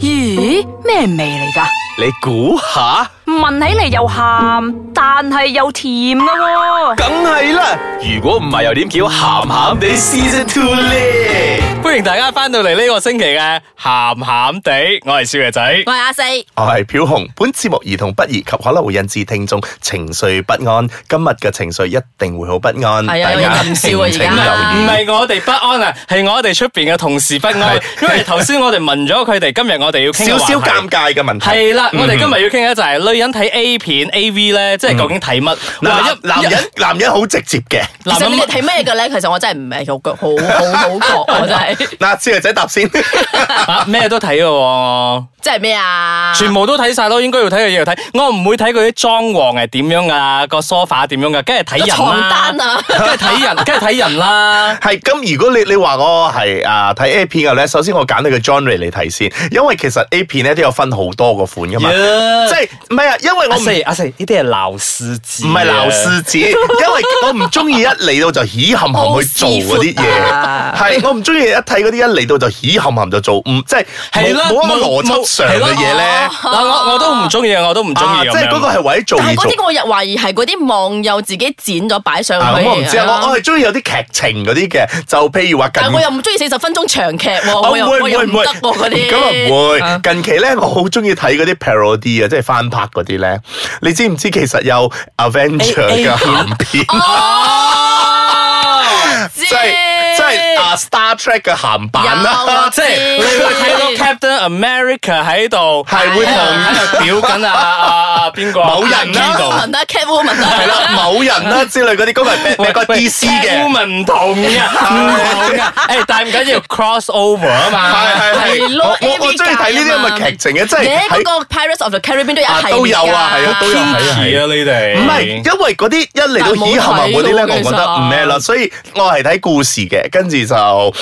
咦，咩味嚟噶？你估下，聞起嚟又鹹，但係又甜噶喎、梗係啦。如果唔係，又點叫鹹鹹地 Season Two 咧？欢迎大家翻到嚟呢个星期嘅咸咸地，我系少爷仔。我係阿四，我係飄紅，本節目兒童不宜及可能會引致聽眾情緒不安。今日嘅情緒一定會好不安，係啊大家有人笑啊敬請而家留唔意。系我哋不安啊，系我哋出边嘅同事不安係，因为头先我哋問咗佢哋，今日我哋要傾少少尷尬嘅問題。系啦，我哋今日要傾嘅就係女人睇 A 片 A V 咧，即係究竟睇乜？男哇男人男人好直接嘅。其男實人你哋睇咩嘅咧？其實我真係唔係好好好好覺，我真係嗱，小女仔答先。 啊咩都睇嘅喎。即係咩啊？全部都睇晒咯，應該要睇嘅嘢要睇。我唔會睇佢啲裝潢係點樣啊，個 sofa 點樣噶，梗係睇人啦，床單啊梗係睇人，梗係睇 人啦。係咁，如果你你話我係啊睇 A 片嘅咧，首先我揀到個 genre 嚟睇先，因為其實 A 片咧都有分好多個款噶嘛。 Yeah 即係唔係啊？因為我阿唔四阿四，呢啲係鬧啊獅子，唔係鬧獅子，因為我唔中意一嚟到就起冚冚去做嗰啲好師傅啊嘢，係我唔中意一睇嗰啲一嚟到就起冚冚就做，唔即係冇係啦，冇一個邏輯上嘅嘢咧係。咯嗱，我我都唔中意，我都唔中啊，意即咁係嗰個樣。係為咗做但而係嗰做。啲我又懷疑係嗰啲網友自己剪咗擺上啊去。咁我唔知啊，我我係中意有啲劇情嗰啲嘅，就譬如話近但我又唔中意四十分鐘長劇喎，哦我又會我又會唔得喎嗰啲。咁啊啊唔會。近期咧，我好中意睇嗰啲 parody 啊，即係翻拍嗰啲咧。你知唔知其實有 Avenger A- A 嘅片鹹片，啊哦即係即係啊 Star Trek 嘅鹹版有啦啊。即係你會 睇到 Captain America 喺度，係會喺度喺度屌緊啊啊啊邊個某人啊啦邊個 Catwoman 啦，Catwoman 啦，係啦，某人啦之類嗰啲，嗰個係咩咩個 DC 嘅， Woman 唔同 嘅，唔同嘅。啊誒，但係唔緊要，cross over 啊嘛。係係係係咯我我我 AV 中意睇呢啲咁嘅劇情嘅，即你係嗰喺個 Pirates of the Caribbean 都有啊一系列都有啊，係啊都有係啊係係啊。啊，你哋唔係，因為嗰啲一嚟到起冚冚嗰啲咧，我覺得唔咩啦，所以我係睇故事嘅，跟住就誒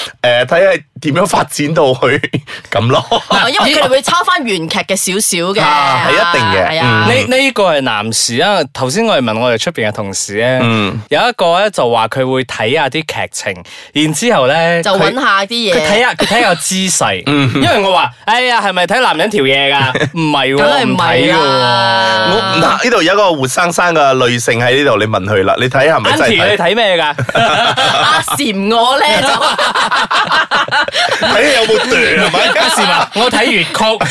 睇下點樣發展到去咁咯。哦因為佢哋會抄翻原劇嘅少少嘅，啊係一定嘅嗯係啊，呢呢個係男士啊，頭先我哋問我哋出邊嘅同事咧嗯，有一個咧就話佢會睇下啲劇情，然之後咧就揾下啲嘢。佢睇下佢睇下個姿勢， 因為我話：哎呀，係咪睇男人條嘢㗎？唔係喎，梗係唔睇係㗎啦喎。我嗱呢度有一個活生生嘅女性喺呢度，你問佢啦，你睇係咪真 Auntie，你係睇？睇咩㗎？阿禪我咧就 睇有冇斷係咪？是嘛？我睇粵曲。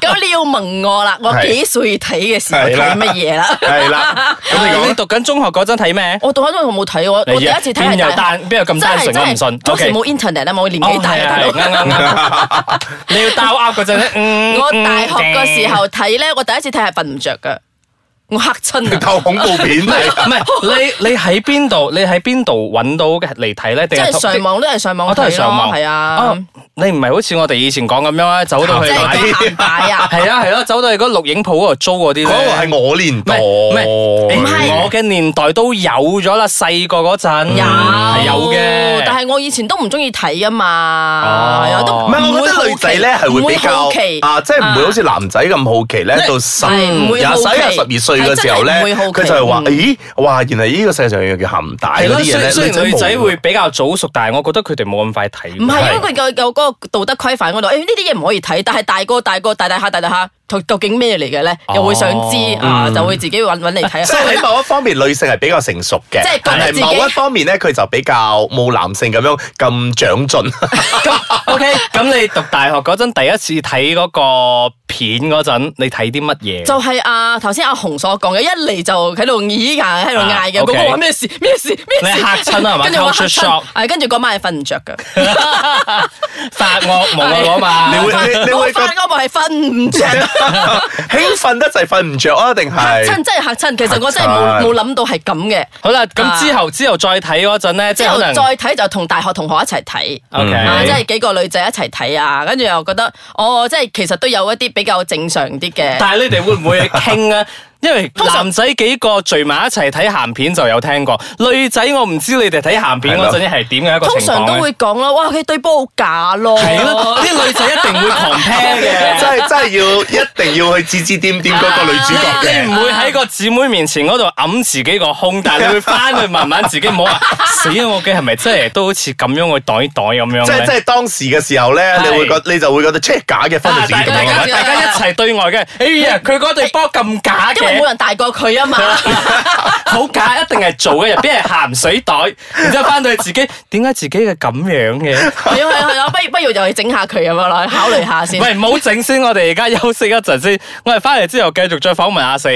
咁你要問我啦，我幾歲睇嘅時候係啦睇乜嘢啦？ 係啦，咁你啊講讀緊中學嗰陣睇咩？我到喺度冇睇我，我第一次睇係邊有大單學，邊有咁單純真係我唔信當時 OK 冇 internet 啊嘛，我年紀大啊，大佬哦係係係啱啱啱。 你要兜噏嗰 陣咧，嗯我大學嘅時候睇咧，我第一次睇係瞓唔着噶，我嚇 親啊！套恐怖片唔係嚟。唔係，你你喺邊度？你喺邊度揾到嘅嚟睇咧？即定係上網都係上網睇咯，我都係上網。係啊哦，，你唔係好似我哋以前講咁樣咧，走到即去係買嗰個啲。鹹帶啊！ 係啊係啊，走到去嗰錄影鋪嗰度租嗰啲咧。嗰個係我年代，唔係唔係我嘅年代都有咗啦，細個嗰陣有係有嘅。但係我以前都唔中意睇噶哦嘛，係啊都唔係，我覺得女仔咧係會比較唔會好奇啊，即係唔會好似男仔咁好奇咧，到十係唔會廿好十奇一十二歲嘅時候係咧真係唔會好，奇嗯佢就係話：咦，哇！原來呢個世界上有叫鹹帶係嗰咯，啲嘢咧，雖雖然女仔冇會比較早熟，但係我覺得佢哋冇咁快睇。唔係因為佢有有嗰個道德規範嗰度，誒呢啲嘢唔可以睇，但係大個大個大大下大大下，究究竟咩嚟嘅咧？又會想知啊，就會自己揾揾嚟睇哦嗯即係喺下。某一方面，女性係比較成熟嘅即係覺，得但係自己某一方面咧，佢就比較冇男性咁樣咁長 進。 O K，咁你讀大學嗰陣第一次睇嗰個片嗰陣，你睇啲乜嘢？就係啊，頭先阿紅所講嘅，一嚟就喺度咦嗌，喺度嗌嘅，啊嗰個 OK 話咩事咩事咩事，你嚇親啊係 嘛跟住我嚇 Culture shock 親，係跟住嗰晚係瞓唔着嘅。 發惡夢啊嗰你晚會，你你我會覺發嗰幕係瞓唔着。興奮得滯，瞓唔着啊？定係嚇親真係嚇親，其實我真係嚇冇親冇諗到係咁嘅。好啦，咁之後之後再睇嗰陣咧，即啊之係後可能再睇就同大學同學一齊睇。 O 啊，即係 K，幾個女仔一齊睇啊，跟住又覺得，哦，即係其實都有一啲比較正常啲嘅。 但係你哋會唔會傾啊？因為男仔幾個聚埋一齊睇鹹片就有聽過，女仔我唔知你哋睇鹹片嗰陣係點嘅一個通情況常都咧會講咯，哇，佢對波好假咯。 係咯，啲女仔一定會 compare 嘅。真係真係係要一定要去指指點點嗰個女主角啊你嘅。唔會喺個姊妹面前嗰度揞自己個胸，但係你會翻去慢慢自己唔好話死啊！我嘅係咪真係都好似咁樣去袋袋咁樣即係即咧？係當時嘅時候咧，係你會覺你就會覺得 check 假嘅，分到啊自己大咁大家樣。大家一齊對外嘅，哎呀，佢嗰對波咁假因為冇嘅，人大過佢 啊嘛，好假，一定係做嘅，入邊係鹹水 袋，然之後翻到去自己，點解自己嘅咁樣嘅？係啊係啊係啊，不如不如又去整下佢咁樣啦，考慮下先。喂，唔好整先，我哋而家休息一陣先，我哋翻嚟之後繼續再訪問阿四。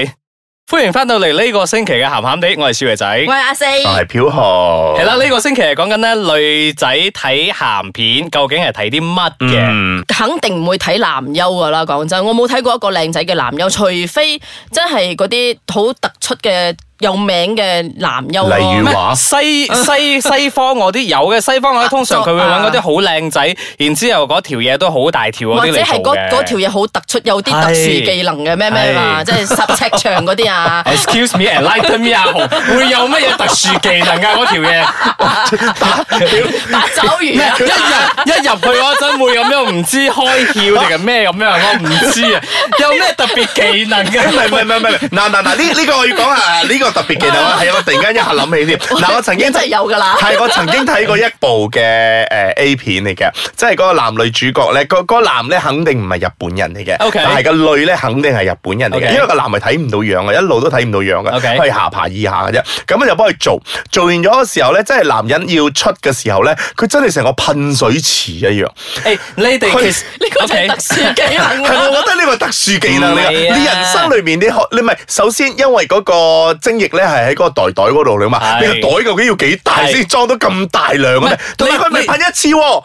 歡迎翻到嚟呢個星期嘅鹹鹹地，我係少爺仔。喂，阿四，就係飄紅。系啦，呢、個星期係講緊咧女仔睇鹹片，究竟係睇啲乜嘅？嗯，肯定唔會睇男優噶啦，講真，我冇睇過一個靚仔嘅男優，除非真係嗰啲好突出嘅有名嘅男優咯例如咩話西西西方嗰啲有嘅，西方嗰啲通常佢會揾嗰啲好靚仔，然之后嗰條嘢都好大條嗰或啲者係嚟做嗰嘅。嗰條嘢好突出，有啲特殊技能嘅咩咩嘛，係。即係十尺長嗰啲啊 Excuse me and light me 阿豪，會有乜嘢特殊技能啊？嗰條嘢八爪魚啊一！入一入去嗰陣會咁樣唔知開竅定係咩咁樣，我唔知啊。有咩特別技能啊唔係嘅？唔係唔係唔係，嗱嗱嗱，呢呢個我要講下，呢個特別技能 啊，係我突然間一下諗起添。嗱，我曾經真係有㗎啦係我曾經睇過一部嘅誒 A 片嚟嘅，即係嗰個男女主角咧，個嗰個男咧肯定唔係日本人嚟嘅 OK 但係個女咧肯定係日本人嚟 OK 嘅，因為個男係睇唔到樣嘅，啊一路都睇唔到樣嘅， OK 係下爬以下嘅啫。咁就幫佢做，做完咗嘅時候咧，即係男人要出嘅時候咧，佢真係成個噴水池一樣。 誒，你哋 其實呢個就係 OK 特殊技能係，啊我覺得呢個特殊技能嚟㗎。唔係啊你人生裏面你學，你咪首先因為嗰個精液咧係喺嗰個袋袋嗰度嚟嘛，係你個袋究竟要幾大係先裝到咁大量嘅咧？唔係同埋佢咪你噴一次喎，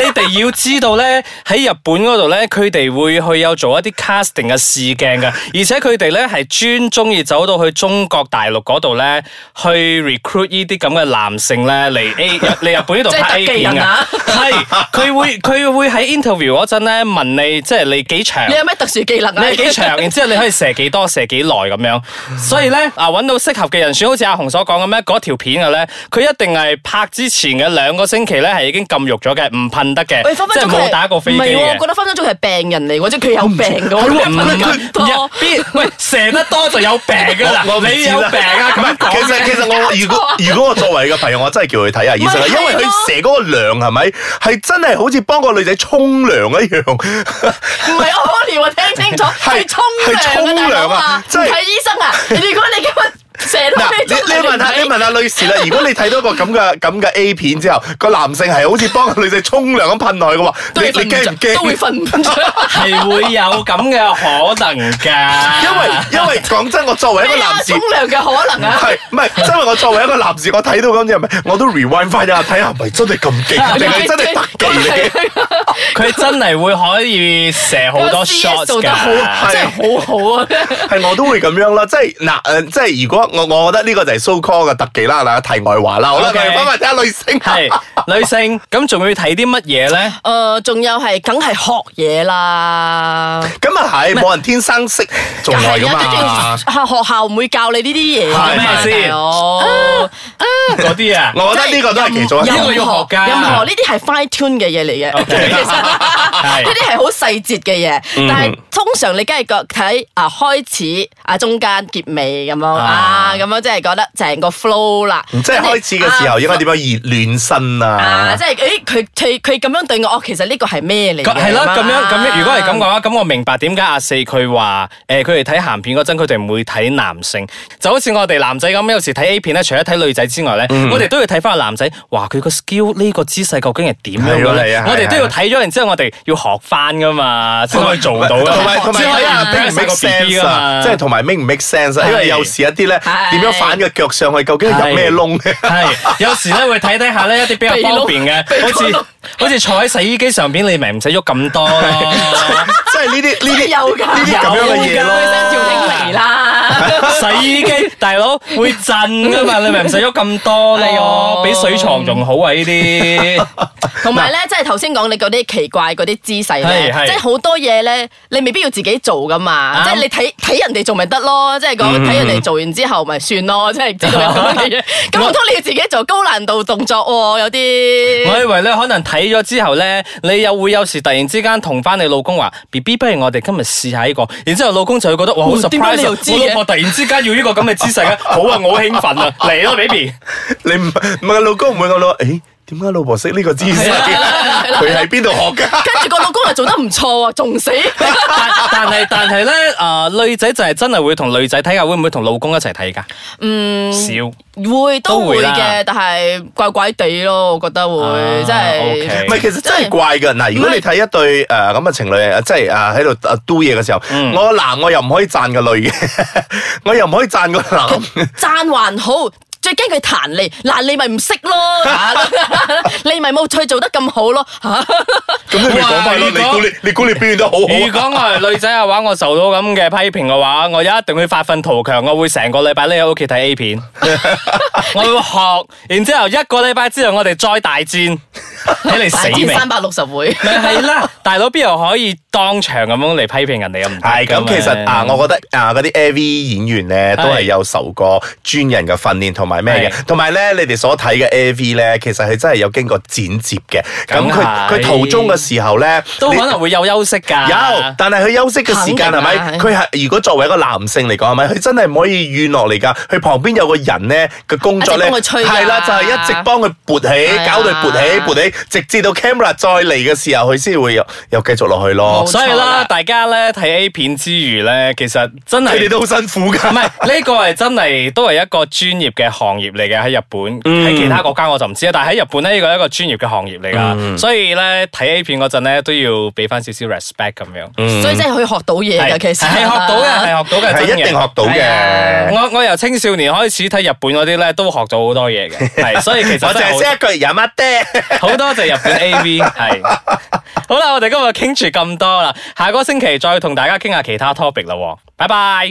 你哋要知道咧，喺日本嗰度咧，佢哋會去有做一啲 casting 嘅試鏡嘅，而且佢哋咧係專中意走到去中國大陸嗰度咧，去 recruit 呢啲咁嘅男性咧嚟 A 嚟日本呢度即係拍特 A 技片人嘅啊，係佢會佢會喺 interview 嗰陣咧問你，即係你幾長你。有咩特殊技能啊？ 你係幾長，然之後你可以射幾多、射幾耐咁樣，所以咧啊揾到適合嘅人選，好似阿紅所講咁咧，嗰條片嘅咧，佢一定係拍之前嘅兩個星期咧係已經禁肉咗嘅，唔噴得嘅喂，分，即分係鐘佢冇係打過飛機唔係喎，我覺嘅。得分分鐘佢係病人嚟喎，即係佢有病嘅喎，唔佢分咁多。邊喂射得多就有病 噶啦，唔你知有啦病啊咁樣其講實其實我如 果如果我作為嘅朋友，我真係叫佢睇下醫生啦，咪係因咯為佢射嗰個量係咪係真係好似幫個女仔沖涼一樣。唔係屙尿啊！聽清楚，係沖係涼啊，沖大涼佬啊啊，唔真係睇醫生啊！如果你今日 成嗱，日你都去沖涼你問下你問下女 士啦，如果你睇到個咁嘅咁嘅 A 片之後，個男性係好似幫個女仔沖涼咁噴落 去嘅話，你都會瞓你唔驚唔著，都會驚？瞓唔 着。係會有咁嘅可能㗎，因為因為講真，我作為一個咩啊男士 沖。涼嘅可能啊！係唔係？因為我作為一個男士，我睇到咁樣咪，我都 rewind 翻一下，睇下係咪真係咁 勁，定係真 係特技嚟嘅？佢真係會可以射好多 shot 做㗎得。好，真係好好 啊！係我都會咁樣啦，即係嗱誒，即係如果我我覺得呢個就係 so call 嘅特技啦，嗱題外話啦，好啦，我 OK 哋翻翻睇下女星。係女性，咁仲要睇啲乜嘢咧？ 誒，仲有係梗係學嘢啦，咁啊係，冇人天生識做愛係噶啊嘛。跟住學校唔會教你呢啲嘢㗎嘛，係咩先大佬嗰啲啊，我覺得呢個都係其中一任個呢個要學㗎任何呢啲係 fine tune 嘅嘢嚟嘅， OK 其實係呢啲係好細節嘅嘢。嗯但係通常你梗係覺睇啊開始啊中間結尾咁樣啊啊咁樣，即係覺得成個 flow 啦。即係開始嘅時候應該點樣熱暖身啊？啊？即係誒佢佢佢咁樣對我，哦，其實呢個係咩嚟咁嘅？係啦，咁樣啊咁樣，如果係咁嘅話，咁我明白點解阿四佢話誒，佢哋睇鹹片嗰陣，佢哋唔會睇男性，就好似我哋男仔咁，有時睇 A 片咧，除咗睇女仔之外咧，嗯我哋都要睇翻個男仔，哇，佢個 skill 呢個姿勢究竟係點樣嘅係咧啊係啊？我哋都要睇咗，然之後我哋要學翻噶嘛，先可以做到㗎嘛，同埋同埋先可以啊睇下 make 唔 make 個 BB sense 㗎啊，嘛，即係同埋 make 唔 make sense 啊？因為有時一啲咧係點樣反個腳上去，究竟係入咩窿啊嘅？ 係，有時咧會睇睇下咧一啲比較方便嘅，好似好似坐喺洗衣機上邊，你咪唔使喐咁 多咯。 真係 即係呢啲呢啲有㗎呢啲咁樣嘅嘢有㗎咯。真係條拎嚟 啦。 洗衣機大佬會震噶嘛，你咪唔使喐咁多哎呦咯，比水床仲好啊 呢啲。同埋咧，即係頭先講你嗰啲奇怪嗰啲姿勢咧係，係即係好多嘢咧，你未必要自己做噶嘛。啱嗯即係你睇睇人哋做咪得咯，即係講睇人哋做完之後咪算咯，即係知道有咁樣嘅 嘢。咁唔通你要自己做高難度動作喎？有我啲以為咧，可能睇咗之後咧，你又會有時突然之間同翻你老公話 B B B，不如我哋今日試下呢個。然之後老公就會覺得哇好嗯點解你 surprise，又啊知我嘅老婆突然之間要呢個咁嘅姿勢 啊！好啊，我好興奮啊！嚟咯，baby，你唔唔係老公唔會咁老，誒點解老婆識呢個姿勢？ 佢喺邊度學㗎？ 跟住個老公又做得唔錯啊，仲 死。但但係但係咧，啊女仔就係真係會同女仔睇㗎，會唔會同老公一齊睇㗎？嗯，少。會都都會會啦嘅，但係怪怪地咯，我覺得啊會真 OK 係唔係，其實真係怪㗎。嗱，如果你睇一對誒咁嘅情侶，呃即係誒喺度誒 do 嘢嘅時候，我男我又唔可以讚個女嘅， 我又唔可以讚個男。讚還好。最驚佢彈你，嗱你咪唔識 咯，啊你咪冇趣做得咁好咯，啊嚇咁你咪講翻咯，哇你估你你估你表現得好 如好果啊？我係女仔嘅話，我受到咁嘅批評嘅話，我一定會發奮圖強，我會成個禮拜匿喺屋企睇 A 片，我會學，然之後一個禮拜之後我哋再大 戰，睇你死大未？天咪三百六十回。係啦，大佬邊度可以當場咁樣嚟批評人哋啊？唔得係㗎咁，嘛其實啊，我覺得啊，嗰啲 AV 演員咧都係係有受過專人嘅訓練同埋咩嘅，係同埋咧你哋所睇嘅 AV 咧，其實係真係有經過剪接嘅。咁梗佢係佢途中嘅時候咧，都你可能會有休息㗎。有，但係佢休息嘅時間係咪？啊肯定啦佢係如果作為一個男性嚟講係咪？佢真係唔可以軟落嚟㗎。佢旁邊有個人咧嘅工作一咧，直幫佢吹㗎係啦，就係一直幫佢勃起，係啊搞到佢勃起勃起，直至到 camera 再嚟嘅時候，佢先會又又繼續落去咯冇。錯所以啦，啦大家咧睇 A 片之餘咧，其實真係佢哋都好辛苦唔係㗎。呢個係真係都係一個專業嘅行業嚟嘅喺日本，喺、其他國家我就唔知啦。但係喺日本咧，呢個係一個專業嘅行業嚟噶，所以咧睇 A 片嗰陣咧都要俾翻少少 respect 咁樣。所以真係可以學到嘢嗯係㗎，其實係學到嘅，係學到嘅，啊係真嘅一定學到嘅係啊我我由青少年開始睇日本嗰啲咧，都學到好多嘢 嘅，係所以其實我淨真係係好識一句飲乜爹。好多謝日本 A.V. 係好啦，我哋今日傾住咁多啦，下個星期再同大家傾下其他 topic 啦喎，拜拜。